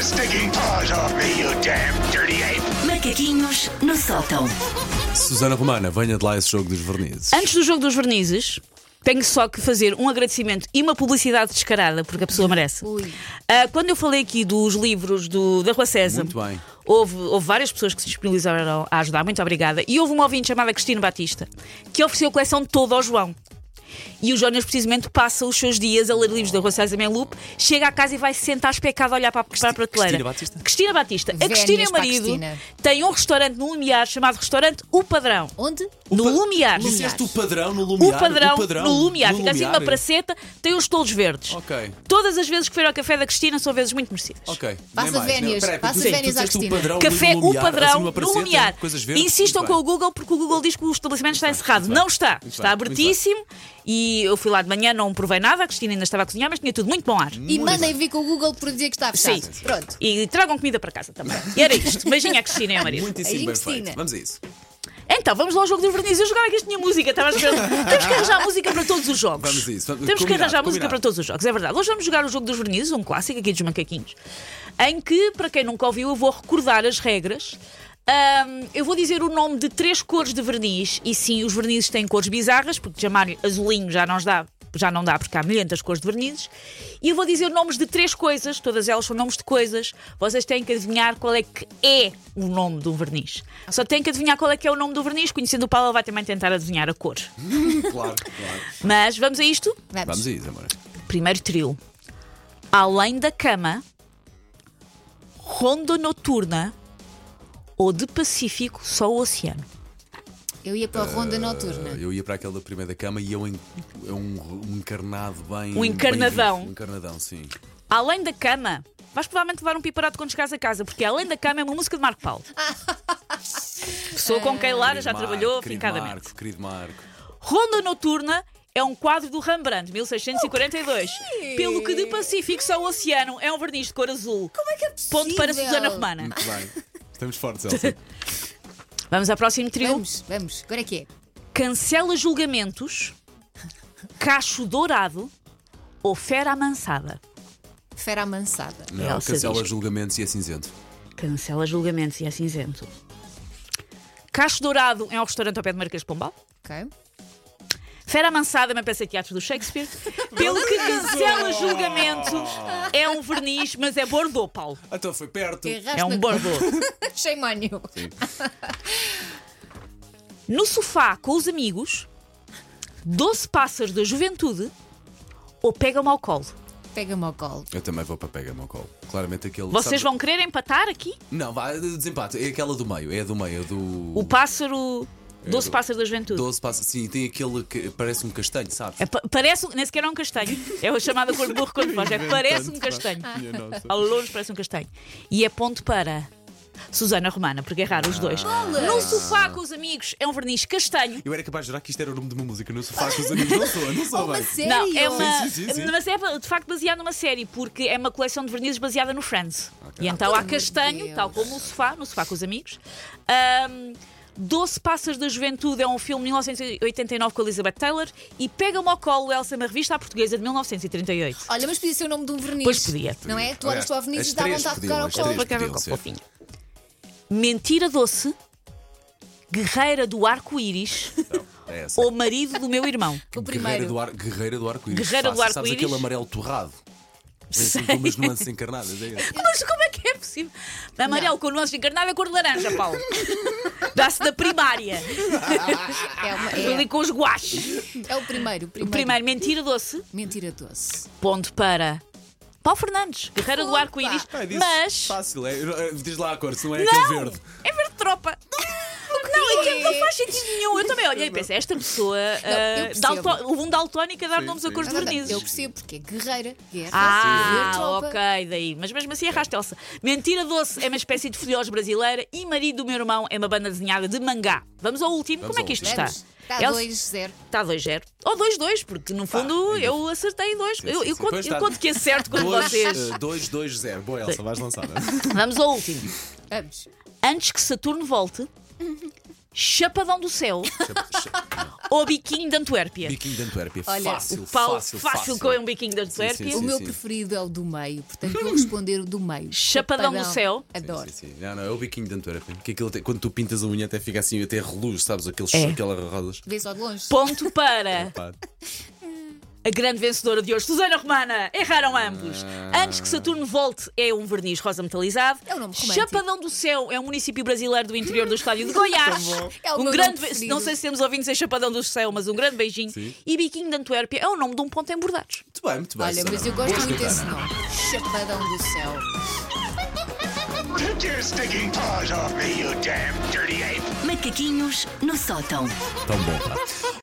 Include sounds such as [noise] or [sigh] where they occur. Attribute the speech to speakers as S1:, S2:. S1: stinking paws off me, you damn dirty ape!
S2: Macaquinhos no sótão.
S3: Susana Romana, venha de lá esse jogo dos vernizes.
S4: Antes do jogo dos vernizes, tenho só que fazer um agradecimento e uma publicidade descarada, porque a pessoa merece. Ah, quando eu falei aqui dos livros do, da Rua César,
S3: Muito bem.
S4: Houve, houve várias pessoas que se disponibilizaram a ajudar, muito obrigada. E houve uma ouvinte chamada Cristina Batista que ofereceu a coleção toda ao João. E o Jonas, precisamente, passa os seus dias a ler livros da Rua César Menloop, chega à casa e vai se sentar especado a olhar para, a- para a prateleira.
S3: Cristina Batista?
S4: Cristina Batista. A
S5: Vénias
S4: Cristina e o
S5: para a
S4: marido
S5: Cristina.
S4: têm um restaurante no Lumiar chamado Restaurante O Padrão.
S5: Onde?
S4: No
S3: pa-
S4: Lumiar.
S3: Disseste o padrão no
S4: O
S3: lumiar.
S4: padrão,
S3: padrão
S4: no Lumiar. Fica assim
S3: Lumiar.
S4: numa praceta, tem os tolos verdes.
S3: Ok.
S4: Todas as vezes que foram ao café da Cristina são vezes muito merecidas.
S3: Ok. nem
S5: Passa
S3: mais, nem-
S5: vénias,
S3: Peraí,
S5: passa
S3: tu- tu
S5: vénias à
S3: disseste
S5: Cristina.
S3: O padrão, no
S4: Café, o
S3: lumiar, assim
S4: padrão,
S3: numa
S4: no
S3: praceta,
S4: lumiar.
S3: Coisas verdes,
S4: Insistam
S3: muito
S4: com
S3: bem.
S4: o Google porque o Google diz que o estabelecimento está encerrado.
S3: bem,
S4: Não está.
S3: muito
S4: Está
S3: bem,
S4: abertíssimo e eu fui lá de manhã, não provei nada. A Cristina ainda estava a cozinhar, mas tinha tudo muito bom ar.
S5: E mandem vir com o Google por dizer que está fechado.
S4: Sim.
S5: Pronto.
S4: E tragam comida para casa também. E era isto. Beijinho à Cristina e ao marido.
S3: Muitíssimo
S5: Aí,
S3: bem
S5: Cristina.
S3: feito. Vamos a isso.
S4: Então, vamos lá ao jogo dos vernizes. Eu jogava que isto tinha música, estava a esperar. Temos que arranjar música para todos os jogos.
S3: Vamos a isso, vamos-
S4: Temos que
S3: combinado,
S4: arranjar música
S3: combinado.
S4: para todos os jogos, é verdade. Hoje vamos jogar o jogo dos vernizes, um clássico aqui dos macaquinhos, em que, para quem nunca ouviu, eu vou recordar as regras. Ahm, eu vou dizer o nome de três cores de verniz, e sim, os vernizes têm cores bizarras, porque chamar-lhe azulinho já não dá. Já não dá porque há milhentas cores de vernizes. E eu vou dizer nomes de três coisas, todas elas são nomes de coisas. Vocês têm que adivinhar qual é que é o nome do verniz. Só têm que adivinhar qual é que é o nome do verniz. Conhecendo o Paulo, ele vai também tentar adivinhar a cor.
S3: Hum, Claro, claro.
S4: Mas vamos a isto?
S5: Vamos.
S3: Vamos a isso, amor.
S4: Primeiro trio. Além da cama, ronda noturna ou de Pacífico só o oceano.
S5: Eu ia para a ronda
S4: Ah,
S5: noturna.
S3: Eu ia para aquele da primeira da cama e eu en- é um, um encarnado bem.
S4: Um encarnadão.
S3: bem vivo. um encarnadão, sim.
S4: Além da cama, vais provavelmente levar um piparado quando chegares a casa, porque Além da cama é uma música de Marco [laughs] Paulo. Pessoa com quem Lara já
S3: Querido
S4: trabalhou
S3: Marco, querido
S4: afincadamente.
S3: Marco, querido Marco.
S4: Ronda noturna é um quadro do Rembrandt, 1642. Pelo Oh, que de Pacífico só o oceano é um verniz de cor azul. Como é que é Ponto para
S5: possível?
S4: Susana Romana. [laughs]
S3: Muito bem. Estamos fortes, Elsa.
S4: Vamos ao próximo trio.
S5: Vamos, vamos. Agora é que é.
S4: Cancela julgamentos, cacho dourado ou fera amansada.
S5: Fera amansada.
S3: Não,
S4: Elsa
S3: cancela
S4: diz.
S3: julgamentos e é cinzento.
S4: Cancela julgamentos e é cinzento. Cacho dourado é um restaurante ao pé de Marquês de Pombal.
S5: Ok.
S4: Fera amansada é uma peça de teatro do Shakespeare. Pelo que cancela julgamento é um verniz, mas é Bordeaux, Paulo.
S3: Então foi perto.
S4: É um
S5: [laughs] bordo.
S4: Bordeaux.
S5: Shame on you.
S4: No sofá com os amigos, doce pássaros da juventude ou pega-me ao colo.
S5: Pega-me ao colo.
S3: Eu também vou para pega meu colo. Claramente aquele.
S4: Vocês
S3: sabe-
S4: vão querer empatar aqui?
S3: Não, vai, desempate. É aquela do meio. É a do meio, é do.
S4: O pássaro. Doce
S3: do-
S4: pássaro da juventude.
S3: 12 passa. Sim, tem aquele que parece um castanho, sabes?
S4: É, pa- parece, um- nem sequer é um castanho. É a chamada cor de burro quando faz. É, parece um castanho.
S3: é
S4: Ao longe parece um castanho. E é ponto para Susana Romana, porque é raro os dois.
S5: Ah.
S4: Num sofá com os amigos é um verniz castanho.
S3: Eu era capaz de jurar que isto era o nome de uma música no sofá com os amigos. Não sou, não sou,
S5: Uma
S3: bem.
S5: sério?
S4: Não, é uma.
S3: Sim, sim, sim, sim.
S4: Mas é de facto baseado numa série, porque é uma coleção de vernizes baseada no Friends. E então há
S5: amor de
S4: castanho,
S5: Deus.
S4: tal como o sofá, no sofá com os amigos. Ahm, Doce Passas da Juventude é um filme de 1989 com a Elizabeth Taylor e Pega-me ao colo, Elsa, na revista à portuguesa de 1938.
S5: Olha, mas podia ser o nome de um verniz.
S4: Pois podia.
S5: Não é? Tu olhas
S3: Aliás,
S5: para o verniz
S3: as
S5: e dá
S3: três
S5: vontade de tocar ao
S3: podiam, as
S5: colo.
S4: Por acaso,
S3: podiam ser.
S4: fofinho. Mentira doce, guerreira
S3: [laughs]
S4: do arco-íris
S3: É essa.
S4: ou marido do meu irmão.
S5: O
S3: Guerreira
S5: primeiro.
S3: do, ar, guerreira do arco-íris.
S4: Guerreira do
S3: Fácil, Sabes
S4: arco-íris.
S3: aquele amarelo torrado? Sim. Com umas nuances
S4: [laughs]
S3: encarnadas, é esse.
S4: Mas como é que é possível? Amarelo com nuances encarnado é cor de laranja, Paulo. Dá-se da primária.
S5: É, uma-
S4: Ali
S5: é,
S4: com os guaches.
S5: é o primeiro. O primeiro.
S4: Primeiro, mentira doce.
S5: Mentira doce.
S4: Ponto para Paulo Fernandes, guerreira do
S5: Opa!
S4: arco-íris.
S3: Ah, disse
S4: Mas.
S3: Fácil, é, é, diz lá a cor, se não é
S4: Não!
S3: aquele verde.
S4: É verde tropa. Não,
S5: é.
S4: aquilo não faz sentido nenhum. Eu também olhei e pensei, esta pessoa. ah,
S5: percebo.
S4: dalto- houve um daltónico a dar nomes a cores de
S5: Mas, olha,
S4: vernizes.
S5: Eu percebo porque é guerreira, guerra,
S4: Ah,
S5: verde tropa.
S4: ok, daí. Mas mesmo assim arrasta Elsa. Mentira Doce é uma espécie de folhós [laughs] brasileira e Marido do Meu Irmão é uma banda desenhada de mangá. Vamos ao último.
S3: Vamos
S4: Como é que
S3: ao
S4: isto
S3: último.
S4: está?
S5: Vamos. Tá Está
S4: Elsa,
S5: 2-0.
S4: Está 2-0. Ou 2-2, porque no fundo eu acertei 2.
S3: Tá, Sim,
S4: Eu,
S3: sim,
S4: eu
S3: sim.
S4: conto,
S3: Pois tá.
S4: eu
S3: está.
S4: conto que
S3: [laughs]
S4: acerto quando vocês.
S3: eh, 2-2-0. Boa, Elsa, vais lançar.
S4: [laughs]
S3: né?
S4: Vamos ao último.
S5: Vamos.
S4: Antes que Saturno volte, Chapadão do Céu ou biquinho de Antuérpia.
S3: É Biquinho de Antuérpia.
S5: Olha,
S3: fácil,
S4: O Paulo,
S3: fácil,
S4: fácil
S3: fácil.
S4: com um biquinho de Antuérpia.
S5: O
S3: Sim,
S5: meu
S3: sim.
S5: preferido é o do meio, portanto vou responder o do meio.
S4: [laughs] Chapadão no céu.
S5: Adoro.
S3: Sim, sim, sim. Não, não, é o biquinho de Antuérpia. Que aquilo tem- quando tu pintas a unha até fica assim, até reluz, sabes? Aqueles,
S4: É.
S3: Aquelas rodas.
S5: Vê só de longe.
S4: Ponto
S5: É.
S4: para
S3: Pá,
S4: a grande vencedora de hoje, Susana Romana. Erraram ambos. Antes que Saturno volte, é um verniz rosa metalizado.
S5: É um nome romântico.
S4: Chapadão do Céu é um município brasileiro do interior do estádio de
S5: [laughs]
S4: Goiás.
S5: É
S4: um
S5: o meu nome
S4: grande ve-
S5: preferido.
S4: Não sei se temos ouvintes em Chapadão do Céu, mas um grande beijinho.
S3: Sim.
S4: E Biquinho de Antuérpia é o nome de um ponto em bordados.
S3: Muito bem, muito bem.
S5: Olha,
S3: Susana.
S5: mas eu
S3: Boa
S5: gosto muito
S3: escutada.
S5: desse nome. Chapadão do céu.
S1: Take your stinking paws off me, you damn dirty ape!
S2: Macaquinhos no sótão.
S3: Tão bom, pá.